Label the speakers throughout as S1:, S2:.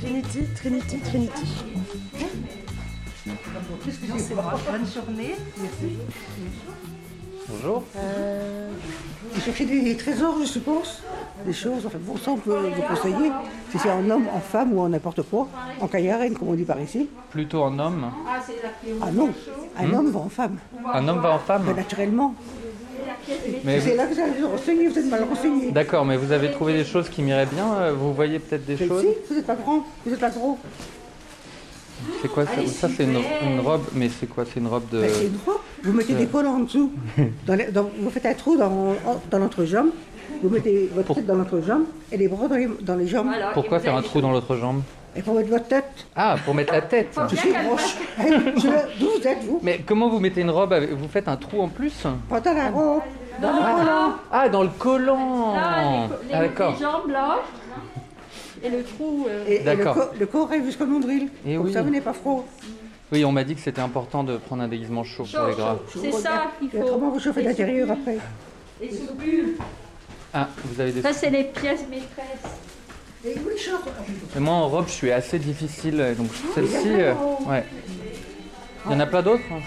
S1: Trinity, Trinity, Trinity.
S2: Excusez-moi, bonne journée. Merci.
S3: Bonjour.
S1: Euh, vous cherchez des trésors, je suppose Des choses, enfin, bon, ça, on peut vous conseiller. Si c'est en homme, en femme ou en n'importe quoi, en caillarène, comme on dit par ici.
S3: Plutôt un homme.
S1: Ah non, un
S3: Hmm.
S1: homme va en femme,
S3: Un homme va en
S1: mais
S3: femme.
S1: naturellement.
S3: Mais
S1: C'est
S3: vous-
S1: là que vous allez vous renseigner, vous êtes mal renseigné.
S3: D'accord, mais vous avez trouvé des choses qui m'iraient bien. euh, Vous voyez peut-être des
S1: Si,
S3: choses.
S1: vous n'êtes pas grand, vous n'êtes pas gros.
S3: C'est quoi ça Ça c'est une, une robe, mais c'est quoi C'est une robe de.
S1: Ben, c'est une robe. Vous mettez des cols en dessous. Dans les- dans- vous faites un trou dans, oh, dans l'entrejambe. Vous mettez votre
S3: Pour-
S1: tête dans l'entrejambe et les bras dans les, dans les jambes.
S3: Pourquoi faire un trou dans l'autre jambe
S1: Et pour mettre votre tête,
S3: Ah, pour mettre la tête.
S1: je suis proche. Je- D'où vous êtes, vous
S3: Mais comment vous mettez une robe avec- Vous faites un trou en plus
S1: Pantalon à robe. Dans le collant.
S3: Ah, dans le collant.
S4: Là, les, les-
S3: Ah, D'accord.
S4: les jambes là, et le trou. euh,
S1: Et, et le,
S3: D'accord.
S1: co- le corps arrive jusqu'au nombril.
S3: Eh
S1: Comme
S3: oui.
S1: ça, vous n'êtes pas froid.
S3: Oui, on m'a dit que c'était important de prendre un déguisement chaud pour les gras.
S1: Je vous
S4: C'est ça
S1: regarde.
S4: qu'il
S1: Et Autrement,
S4: faut.
S1: vous chauffez l'intérieur après.
S4: Les soupules.
S3: Ah, vous avez des.
S4: Ça, c'est les pièces maîtresses.
S1: Et oui, short.
S3: Mais moi en robe, je suis assez difficile, euh, donc celle-ci, euh, ouais. Il y en a plein d'autres. hein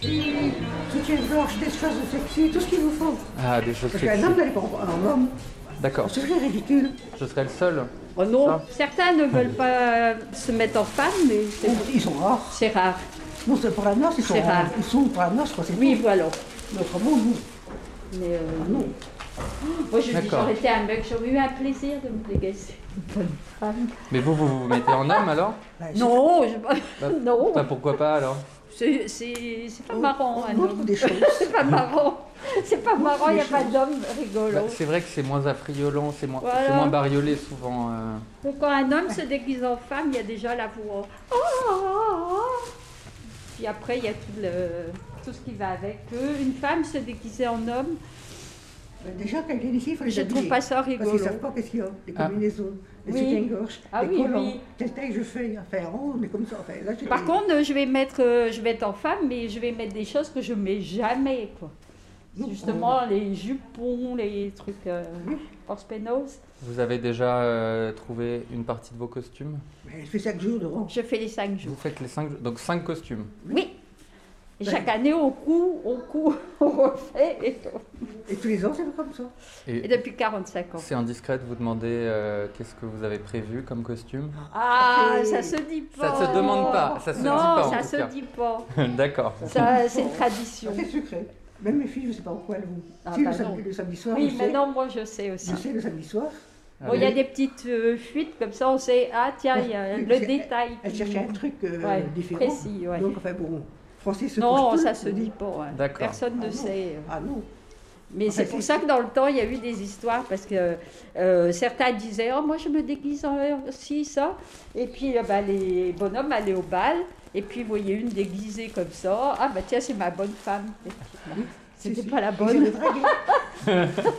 S1: Soutien blanche, des choses sexy, tout ce qu'il vous faut.
S3: Ah, des choses
S1: Parce qu'un
S3: sexy.
S1: homme n'allait pas en homme.
S3: D'accord.
S1: C'est vrai ridicule.
S3: Je serai le seul.
S1: Oh,
S4: Certains ne veulent pas se mettre en femme, mais c'est-
S1: Ils sont rares.
S4: c'est rare.
S1: Non, c'est pour la noce, ils sont
S4: C'est
S1: rares.
S4: rare.
S1: Ils sont pour la noce, quoi, c'est
S4: Oui,
S1: tout.
S4: voilà.
S1: Mais autrement, nous,
S4: Mais euh,
S1: non.
S4: moi, je dis,
S3: D'accord.
S4: j'aurais été un mec, j'aurais eu un plaisir de me dégager.
S3: Mais vous, vous vous mettez en homme alors
S1: Bah, c'est-
S4: Non,
S3: Bah,
S4: je... non,
S3: Bah, Pourquoi pas alors
S4: c'est c'est- c'est pas
S1: Oh.
S4: marrant. un
S1: On
S4: homme.
S1: trouve des choses.
S4: C'est pas marrant. C'est pas marrant, il n'y a pas d'homme
S3: Bah,
S4: rigolo.
S3: C'est vrai que c'est moins affriolant, c'est moins,
S4: Voilà.
S3: c'est moins bariolé souvent. euh.
S4: Donc, quand un homme se déguise en femme, il y a déjà la voix. Ah, ah, ah. Puis après, il y a tout, le, tout ce qui va avec. Que Une femme se déguiser en homme,
S1: Bah, Déjà, quand ils viennent ici, il faut les
S4: je
S1: habiller.
S4: trouve pas ça
S1: Parce qu'ils
S4: rigolo.
S1: ne savent pas qu'est-ce qu'il y a. Les
S3: Ah.
S1: combinaisons, les
S4: Oui.
S1: soutiens-gorge,
S4: Ah
S1: les
S4: oui,
S1: collants.
S4: oui.
S1: Quelle taille je fais Enfin, rond, mais comme ça. Enfin, là, j'ai-
S4: Par contre, euh, je vais, mettre, euh, je vais être en femme, mais je vais mettre des choses que je mets jamais. Quoi.
S1: Non,
S4: Justement, les jupons, les trucs euh,
S1: Oui.
S4: porte-pénose.
S3: Vous avez déjà euh, trouvé une partie de vos costumes
S1: Mais je fais chaque jour devant.
S4: Je fais les cinq jours.
S3: Vous faites les cinq, donc cinq costumes.
S4: Oui. Et chaque année, on coud, on coud, on refait. Et,
S1: Et tous les ans, c'est comme ça.
S4: et
S3: Et
S4: depuis 45 ans.
S3: c'est indiscret de vous demander euh, qu'est-ce que vous avez prévu comme costume
S4: Ah,
S1: Et-
S4: ça se dit pas.
S3: Ça se demande pas, ça se dit
S4: Oh. non,
S3: pas en
S4: ça
S3: tout
S4: se
S3: cas.
S4: dit pas.
S3: D'accord.
S4: Ça, c'est une tradition.
S1: C'est sucré. Même mes filles, je ne sais pas pourquoi elles vont.
S4: Ah,
S1: si,
S4: bah
S1: le,
S4: non.
S1: samedi, le samedi soir,
S4: Oui,
S1: je, sais,
S4: maintenant, moi, je sais aussi.
S1: je sais le samedi soir,
S4: Bon, il y a des petites euh, fuites, comme ça, on sait, ah, tiens, il y a le
S1: C'est-
S4: détail.
S1: elles cherchaient un truc euh,
S4: Mm. Ouais,
S1: différent.
S4: précis, ouais.
S1: Donc, enfin, bon, Francis se
S4: Non,
S1: couche
S4: ça
S1: tôt.
S4: se dit pas. hein.
S3: D'accord.
S4: Personne
S1: Ah
S4: ne
S1: non.
S4: sait. euh.
S1: Ah non.
S4: Mais c'est
S1: c'est-
S4: pour ça que dans le temps, il y a eu des histoires, parce que euh, certains disaient, oh, moi, je me déguise en ci, ça. Et puis, euh, bah, les bonhommes allaient au bal, et puis, vous voyez une déguisée comme ça. Ah, bah, tiens, c'est ma bonne femme. Et puis, bah,
S1: Si,
S4: C'était
S1: si.
S4: pas la
S1: Ils allaient
S4: bonne.
S1: draguer.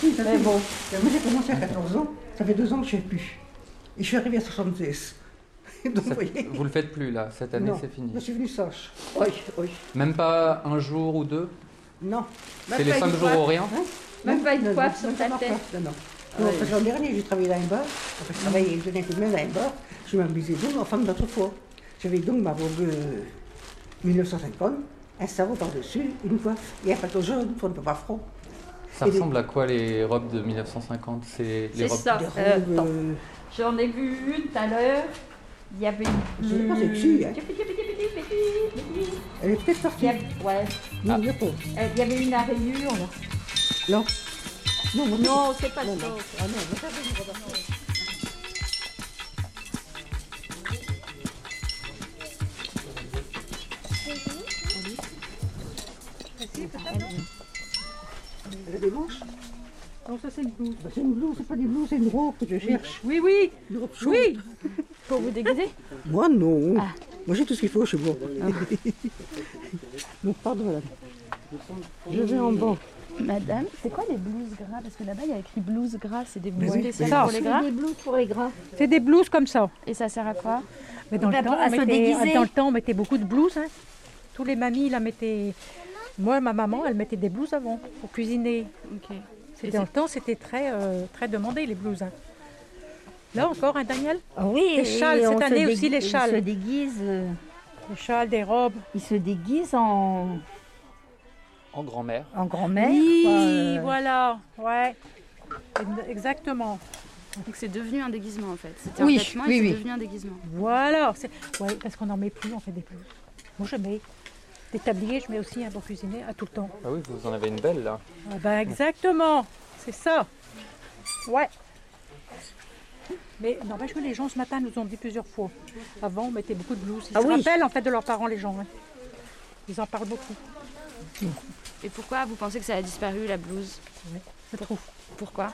S1: Si, ça
S4: Mais
S1: fait-
S4: bon.
S1: Ben, Moi, j'ai commencé à 14 ans, ça fait deux ans que je ne sais plus. Et je suis arrivée à 76. Donc, vous
S3: Ça-
S1: voyez.
S3: Vous le faites plus là, cette année
S1: Non,
S3: c'est fini.
S1: Je suis venue sage.
S4: Oui, oui.
S3: Même pas un jour ou deux
S1: Non.
S3: C'est les
S4: pas
S3: cinq
S4: une
S3: jours
S4: fois.
S3: au rien
S4: Même
S1: Hein Non,
S4: pas une
S1: non,
S4: coiffe
S1: non,
S4: sur
S1: ça
S4: ta
S1: marche
S4: tête. Ah
S1: pas, Non, non. Non, parce que l'an dernier, j'ai travaillé dans un bar. Enfin, je travaillais, je donnais coup de main dans un bar. Je m'amusais donc en femme d'autrefois. J'avais donc ma Vogue euh, 1950, un sarrau par-dessus, une coiffe et un pâteau jaune pour ne pas avoir froid.
S3: Ça
S1: Et les-
S3: ressemble à quoi les robes de 1950 C'est les
S4: C'est
S3: robes.
S4: ça.
S1: Des
S4: Euh,
S1: robes,
S4: attends.
S1: euh,
S4: J'en ai vu une tout à l'heure. Il y avait une.
S1: Je sais pas,
S4: bleue.
S1: c'est dessus, hein. elle est peut-être
S4: Il
S1: partie.
S4: y avait, ouais.
S1: Non, il y a pas.
S4: Euh, Il y avait une à rayures. là.
S1: Non. Non, non,
S4: Non, c'est pas
S1: Ah
S4: ça.
S1: non, mais ça, c'est une robe à froid. Elle a des manches
S5: Non, ça c'est une blouse.
S1: Bah, C'est une blouse, c'est pas des blouses, c'est une robe que je cherche.
S5: Oui, oui,
S1: Une robe chaude.
S5: oui. Pour vous déguiser
S1: Moi non. Moi j'ai tout ce qu'il faut chez moi. bon, pardon madame. Je vais en bas.
S4: Madame, c'est quoi les blouses gras Parce que là-bas, il y a écrit blouses gras, c'est des blouses
S3: oui,
S4: spéciales
S6: ça,
S4: pour les gras.
S7: Des blouses pour les gras.
S6: C'est des blouses comme ça.
S4: Et ça sert à quoi
S6: Mais dans,
S7: Bah,
S6: le temps,
S7: pour- à
S6: on
S7: se
S6: mettait,
S7: déguiser.
S6: dans le temps, on mettait beaucoup de blouses. hein. Tous les mamies, la mettaient. Moi, ma maman, elle mettait des blouses avant pour cuisiner.
S4: Ok.
S6: C'est
S4: Et
S6: dans le temps, c'était très, euh, très demandé, les blouses. hein. Là encore, hein, Daniel
S7: Ah oui,
S6: Les châles,
S7: et on
S6: cette
S7: se
S6: année
S7: dé-
S6: aussi, les châles.
S7: Ils se déguisent, euh,
S6: Des châles, des robes.
S7: ils se déguisent en,
S3: En grand-mère.
S7: en grand-mère. quoi,
S6: Oui,
S7: euh.
S6: voilà. Ouais. Ex- Exactement.
S4: Donc c'est devenu un déguisement en fait. C'était
S6: Oui,
S4: un vêtement
S6: oui,
S4: et c'est
S6: oui.
S4: devenu un déguisement.
S6: Voilà. c'est- Ouais, parce qu'on n'en met plus, on fait des blouses. Moi, je mets des tabliers, je mets aussi hein, pour cuisiner, à tout le temps.
S3: Ah oui, vous en avez une belle là.
S6: Ah bah exactement, c'est ça. Ouais. Mais n'empêche que les gens ce matin nous ont dit plusieurs fois. Avant, on mettait beaucoup de blouses. Ils
S7: Ah
S6: se
S7: oui.
S6: rappellent en fait de leurs parents, les gens. hein. Ils en parlent beaucoup,
S4: Et pourquoi vous pensez que ça a disparu la blouse
S6: je trouve.
S4: Pourquoi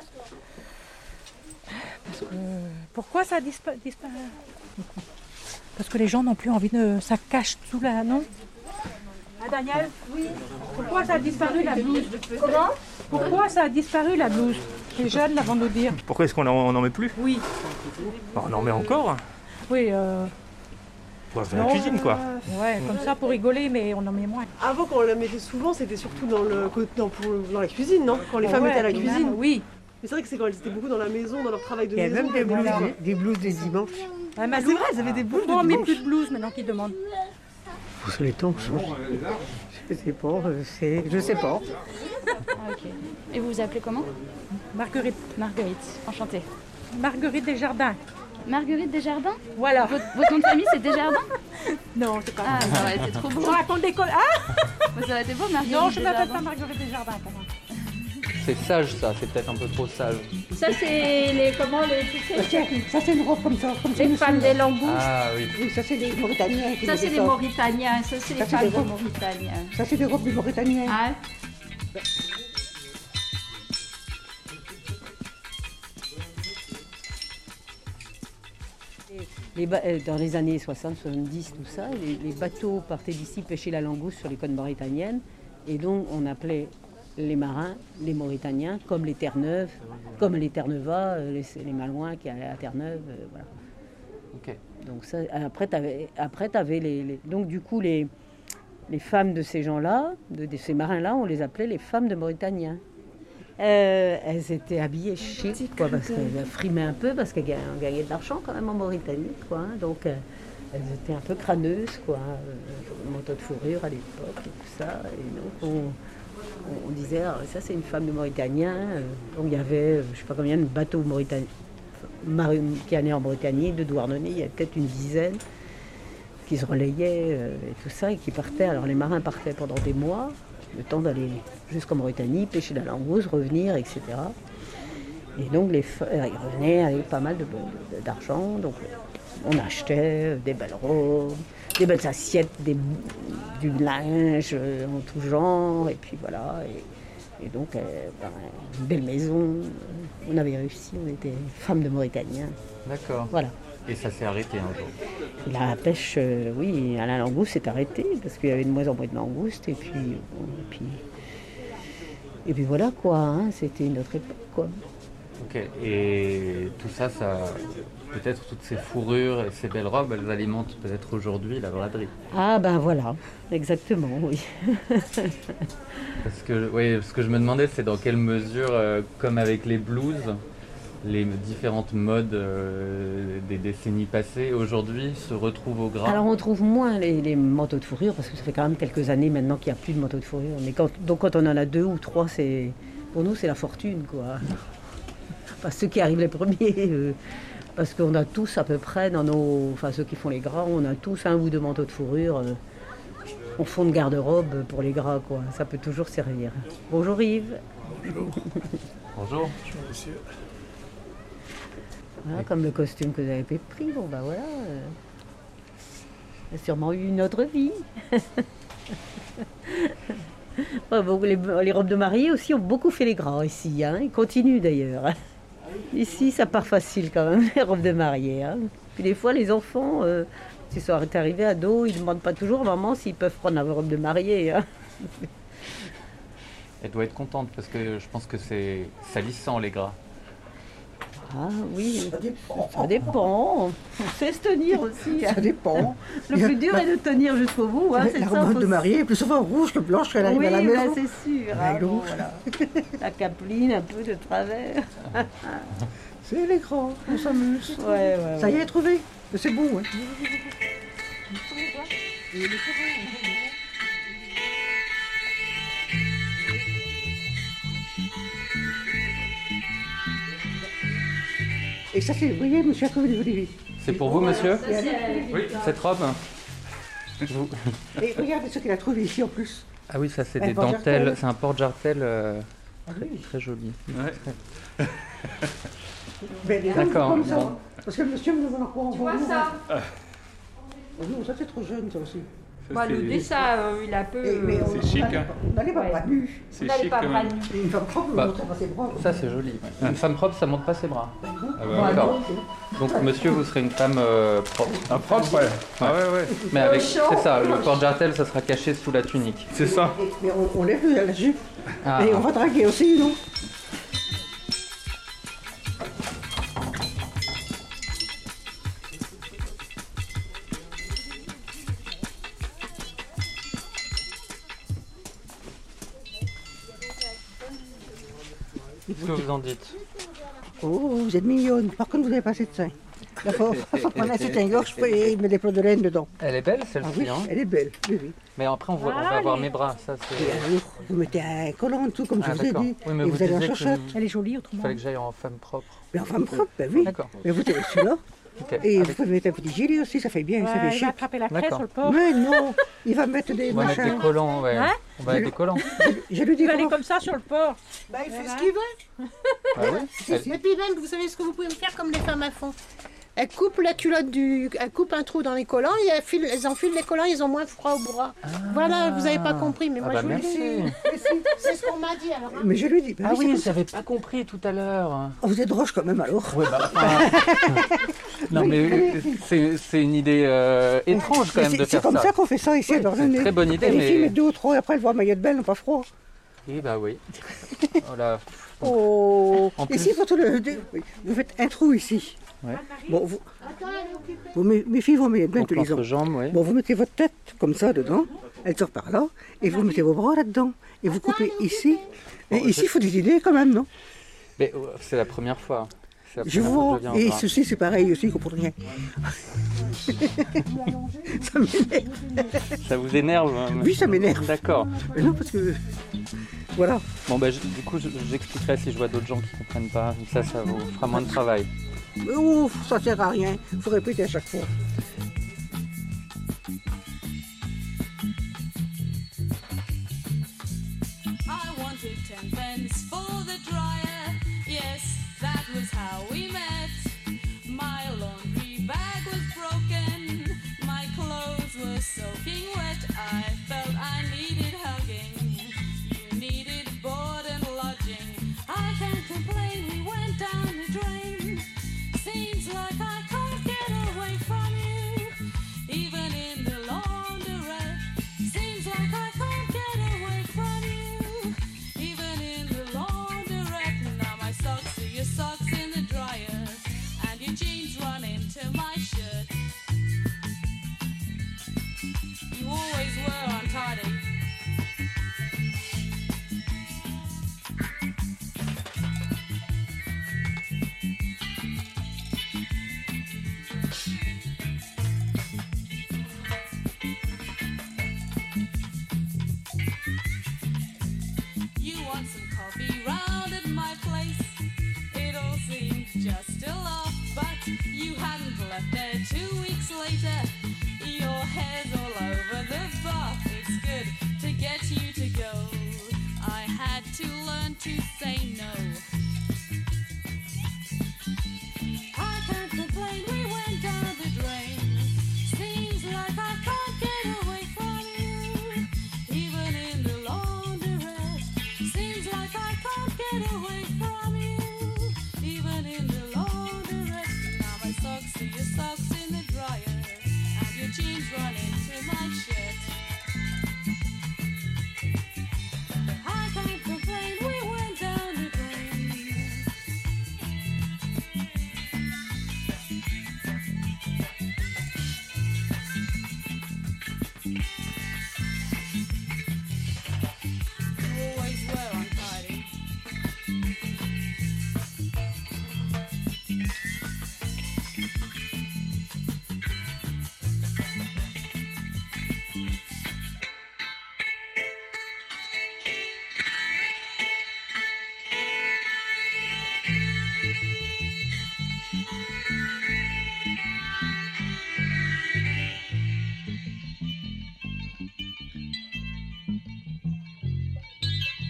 S6: Pourquoi ça dispa- disparaît Parce que les gens n'ont plus envie de. Ça cache tout là, non Ah, Daniel Oui. Pourquoi ça a disparu la blouse Comment Pourquoi ça a disparu la blouse Les jeunes là, vont nous dire.
S8: Pourquoi est-ce qu'on n'en met plus
S6: Oui.
S8: Bah, On en met encore
S6: Oui, euh,
S8: pour faire la cuisine, quoi.
S6: ouais, comme ça pour rigoler, mais on en met moins.
S9: Avant, quand on la mettait souvent, c'était surtout dans, le, co- dans, pour- dans la cuisine, non Quand les femmes
S6: Ah Ouais,
S9: étaient à la
S6: les
S9: cuisine.
S6: femmes, Oui.
S9: Mais c'est vrai que c'est quand elles étaient beaucoup dans la maison, dans leur travail de
S10: Il y a
S9: maison.
S10: même des blouses,
S9: voilà.
S10: des, des blouses de dimanche.
S6: Ah,
S9: Ah, c'est vrai, elles avaient des blouses
S6: Pourquoi on
S9: de
S6: met
S9: dimanche.
S6: plus de blouse maintenant qu'ils demandent
S10: Parce que les temps changent. Je sais pas, euh, c'est- je sais pas.
S4: Ah, ok. Et vous vous appelez comment
S6: Marguerite,
S4: Marguerite. Enchantée.
S6: Marguerite Desjardins.
S4: Marguerite Desjardins
S6: Voilà.
S4: votre, votre nom de famille c'est Desjardins
S6: Non, c'est pas.
S4: Ah, ça aurait été trop beau.
S6: On raconte des cols. Ah
S4: Ça aurait été beau Marguerite
S6: non, je ne m'appelle
S4: Desjardins.
S6: pas Marguerite Desjardins pour moi.
S3: C'est sage ça, c'est peut-être un peu trop sage.
S11: Ça, c'est les. Comment les. tu sais,
S1: Tiens, ça c'est une robe comme ça, comme ça.
S11: les femmes des langoustes.
S3: Ah oui.
S1: Oui, ça c'est des Mauritaniens. qui
S11: Ça,
S1: les
S11: c'est les
S1: sortent.
S11: Mauritaniens. Ça, c'est les
S1: Ah. Ça, c'est
S11: femmes
S1: des
S11: des
S1: Roms.
S11: Mauritaniens.
S1: Ça c'est des robes des Mauritaniens.
S4: Ah.
S11: Hein
S12: Les ba- euh, dans les années 60, 70, tout ça, les, les bateaux partaient d'ici pêcher la langouste sur les côtes mauritaniennes. Et donc, on appelait les marins les Mauritaniens, comme les Terre-Neuve, comme les Terre-Neuva, euh, les, les Malouins qui allaient à Terre-Neuve. euh, voilà.
S3: Ok.
S12: Donc ça, après, tu avais, les, les- Donc, du coup, les, les femmes de ces gens-là, de, de ces marins-là, on les appelait les femmes de Mauritaniens. Euh, elles étaient habillées chic, quoi, parce qu'elles frimaient un peu, parce qu'elles gagnaient- on gagnait de l'argent quand même en Mauritanie, quoi. hein. donc, euh, elles étaient un peu crâneuses, quoi. euh, manteau de fourrure à l'époque, et tout ça. Et donc, on, on disait, Ah, ça, c'est une femme de Mauritanien. euh. Donc, il y avait, euh, je sais pas combien de bateaux mauritaniens marine qui allait en Bretagne, de Douarnenez, il y a peut-être une dizaine qui se relayaient euh, et tout ça, et qui partaient. Alors les marins partaient pendant des mois, le temps d'aller jusqu'en Bretagne, pêcher la langouste, revenir, etc. Et donc les, fe- euh, ils revenaient avec pas mal de- de- de- d'argent, donc on achetait euh, des belles robes, des belles assiettes, des- du linge euh, en tout genre, et puis voilà. Et, et donc, euh, ben, une belle maison, on avait réussi, on était femmes de Mauritaniens.
S3: D'accord.
S12: Voilà.
S3: Et ça s'est arrêté un jour.
S12: La pêche, euh, oui, à la langouste s'est arrêtée parce qu'il y avait de moins en moins de langoustes. Et puis, bon, et puis, et puis voilà quoi, hein, c'était une autre époque. Quoi.
S3: Ok. Et tout ça, ça. Peut-être toutes ces fourrures et ces belles robes, elles alimentent peut-être aujourd'hui la braderie.
S12: Ah ben voilà, exactement, oui.
S3: Parce que, oui, ce que je me demandais, c'est dans quelle mesure, euh, comme avec les blues, les différentes modes euh, des décennies passées, aujourd'hui, se retrouvent au gras.
S12: Alors on trouve moins les, les manteaux de fourrure parce que ça fait quand même quelques années maintenant qu'il n'y a plus de manteaux de fourrure. Mais quand, donc quand on en a deux ou trois, c'est pour nous c'est la fortune quoi. Pas ceux qui arrivent les premiers. euh, parce qu'on a tous à peu près dans nos, enfin ceux qui font les gras, on a tous un ou deux manteaux de fourrure. euh, on fond de garde-robe pour les gras quoi. Ça peut toujours servir. Bonjour Yves.
S3: Bonjour.
S12: Voilà, comme le costume que vous avez pris, bon bah voilà. euh, il y a sûrement eu une autre vie. Ouais, bon, les, les robes de mariée aussi ont beaucoup fait les gras ici. Hein. Ils continuent d'ailleurs. Ici, ça part facile quand même, les robes de mariée. hein. Puis des fois, les enfants, euh, s'ils sont arrivés à dos, ils ne demandent pas toujours à maman s'ils peuvent prendre la robe de mariée. hein.
S3: Elle doit être contente parce que je pense que c'est salissant les gras.
S12: Ah oui, ça dépend. On sait se tenir aussi.
S1: Ça
S12: hein.
S1: dépend.
S12: Le plus dur est de tenir jusqu'au bout. Hein, c'est
S1: la
S12: ça,
S1: robe
S12: faut-
S1: de mariée est plus souvent rouge que blanche qu'elle arrive
S12: Oui,
S1: à la
S12: bah,
S1: maison.
S12: c'est sûr.
S1: Ah,
S12: hein,
S1: le
S12: bon,
S1: rouge.
S12: voilà. La capeline un peu de travers.
S1: C'est les grands, on s'amuse.
S12: Ouais, ouais,
S1: Ça y
S12: ouais.
S1: est, trouvé. C'est bon, ouais. Et ça, c'est, vous voyez, monsieur Jacob de Olivier.
S3: C'est pour vous, monsieur Oui, cette robe. Vous-
S1: Et regardez ce qu'il a trouvé ici en plus.
S3: Ah oui, ça c'est
S1: Un
S3: des
S1: porte-jartel.
S3: dentelles. C'est un porte-jartel euh,
S1: Ah
S3: très,
S1: oui.
S3: très joli.
S1: Ben, les gens,
S3: D'accord,
S1: Comme ça,
S3: bon.
S1: hein. Parce que le monsieur me demande encore.
S4: Tu vois ça
S1: Non, ça c'est trop jeune, ça aussi.
S4: Bah, Le dessin, euh, il a un peu.
S1: Eh, mais
S4: euh,
S1: on- on
S8: chic,
S1: n'allait
S8: hein.
S1: pas- On n'allait pas
S4: Ouais.
S1: bras nus.
S4: on n'allait pas mal.
S1: Une femme propre ne
S3: Bah,
S1: montrait pas ses bras.
S3: Ça c'est joli. ouais. Une femme propre, ça monte pas ses bras. Ah bah,
S1: Bah,
S3: d'accord.
S1: non, c'est-
S3: Donc monsieur, vous serez une femme euh, propre.
S8: Un propre, ouais. Ah ouais, ouais.
S3: Mais avec, c'est ça, le porte-jartel, ça sera caché sous la tunique.
S8: C'est ça.
S1: Mais on, on lève la jupe.
S3: Ah,
S1: Et on va draguer aussi, non
S3: qu'est-ce que vous en dites
S1: Oh, vous êtes mignonne. Par contre, vous avez pas assez de seins. Il faut, faut qu'on ait un gorge et mettre des plots de laine dedans.
S3: Elle est belle
S1: Ah
S3: celle-ci,
S1: oui,
S3: hein
S1: elle est belle. Oui, oui.
S3: Mais après on va, on va avoir mes bras, ça
S1: Et
S3: c'est...
S1: un jour, vous mettez un collant en dessous, comme
S3: Ah,
S1: je vous ai
S3: d'accord.
S1: dit.
S3: Oui, mais
S1: et
S3: vous
S1: vous, allez en
S3: disiez que-
S1: chaussette.
S5: Elle est jolie autrement.
S3: Fallait que j'aille en femme propre.
S1: Mais en femme propre, ben oui.
S3: D'accord.
S1: Mais vous avez celui-là.
S3: Ok.
S1: Et
S3: Avec-
S1: vous pouvez mettre un petit gilet aussi, ça fait bien, ça fait
S5: Ouais, il va
S1: chic.
S5: attraper la craie
S3: D'accord.
S5: sur le port.
S1: Mais non, il va mettre des
S3: On va mettre
S1: machins.
S3: des collants, ouais.
S5: Hein
S3: On va mettre des collants.
S1: Je lui dis
S5: Il va aller
S1: comment
S5: comme ça sur le port.
S9: Bah, il fait ce qu'il veut.
S3: Ah oui
S9: Et puis même, vous savez ce que vous pouvez faire comme les femmes à fond Elles coupent la culotte du... Elles coupent un trou dans les collants et elles, filent- elles enfilent les collants, ils ont moins froid au bras. Voilà, vous n'avez pas compris, mais
S3: Ah
S9: moi
S3: bah
S9: je vous le dis.
S3: merci.
S9: Mais si, C'est ce qu'on m'a dit alors. hein.
S1: Mais je lui dis, ben
S3: Ah
S1: c'est
S3: oui,
S1: comme ça.
S3: j'avais pas compris tout à l'heure.
S1: Oh, vous êtes roche quand même alors.
S3: Ouais, bah, enfin, non mais euh, c'est c'est une idée euh, étrange
S1: Mais
S3: quand même
S1: c'est-
S3: de
S1: c'est
S3: faire
S1: comme ça,
S3: ça.
S1: qu'on fait ça ici à
S3: c'est une
S1: Dordogne.
S3: très bonne idée,
S1: Et Les
S3: mais-
S1: filles mettent deux ou trois et après elles voient un maillot de bain, elles n'ont pas froid.
S3: Eh bah oui. Oh là.
S1: Oh
S3: En
S1: Ici,
S3: plus-
S1: quand on le... de- oui, vous faites un trou ici.
S3: Ouais.
S1: Bon, vous, vous met- mes filles vont mettre bain
S3: Donc
S1: tous les ans.
S3: l'entrejambe, oui.
S1: Bon, vous mettez votre tête comme ça dedans, elle sort par là, et vous mettez vos bras là-dedans, et vous coupez ici. Et
S3: Bon,
S1: ici,
S3: je-
S1: il faut des idées quand même, non
S3: Mais euh, c'est la première fois. C'est la
S1: Je
S3: première fois
S1: vois,
S3: que Ah, je viens
S1: et
S3: voir.
S1: ceci, c'est pareil aussi, ils comprennent rien. ça m'énerve.
S3: Ça vous énerve hein,
S1: Oui, ça m'énerve.
S3: D'accord.
S1: Mais Non, parce que... Voilà.
S3: Bon bah je- du coup je- j'expliquerai si je vois d'autres gens qui comprennent pas. Comme ça, ça vous fera moins de travail.
S1: Mais ouf, ça sert à rien. Faut répéter à chaque fois.
S6: I wanted ten pence for the dryer. Yes, that was how we met. My laundry bag was broken. My clothes were soaking wet. I felt I needed hugging. You needed board and lodging. I can't complain, we went down the drain. Seems like I can't get away from you. Even in the laundrette. Seems like I can't get away from you. Even in the laundrette. Now my socks are your socks in the dryer. And your jeans run into my shirt. You always were untidy. You want some coffee round at my place? It all seemed just a laugh, but you hadn't left there two weeks later. Your hair's all over the bath. It's good to get you to go. I had to learn to say no. I can't complain, we went down the drain. Seems like I can't get away from you. Even in the laundrette. Seems like I can't get away from you. Even in the laundrette. Now my socks are your socks in the dryer. And your jeans run into my shirt. I can't complain,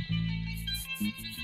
S6: Thank you.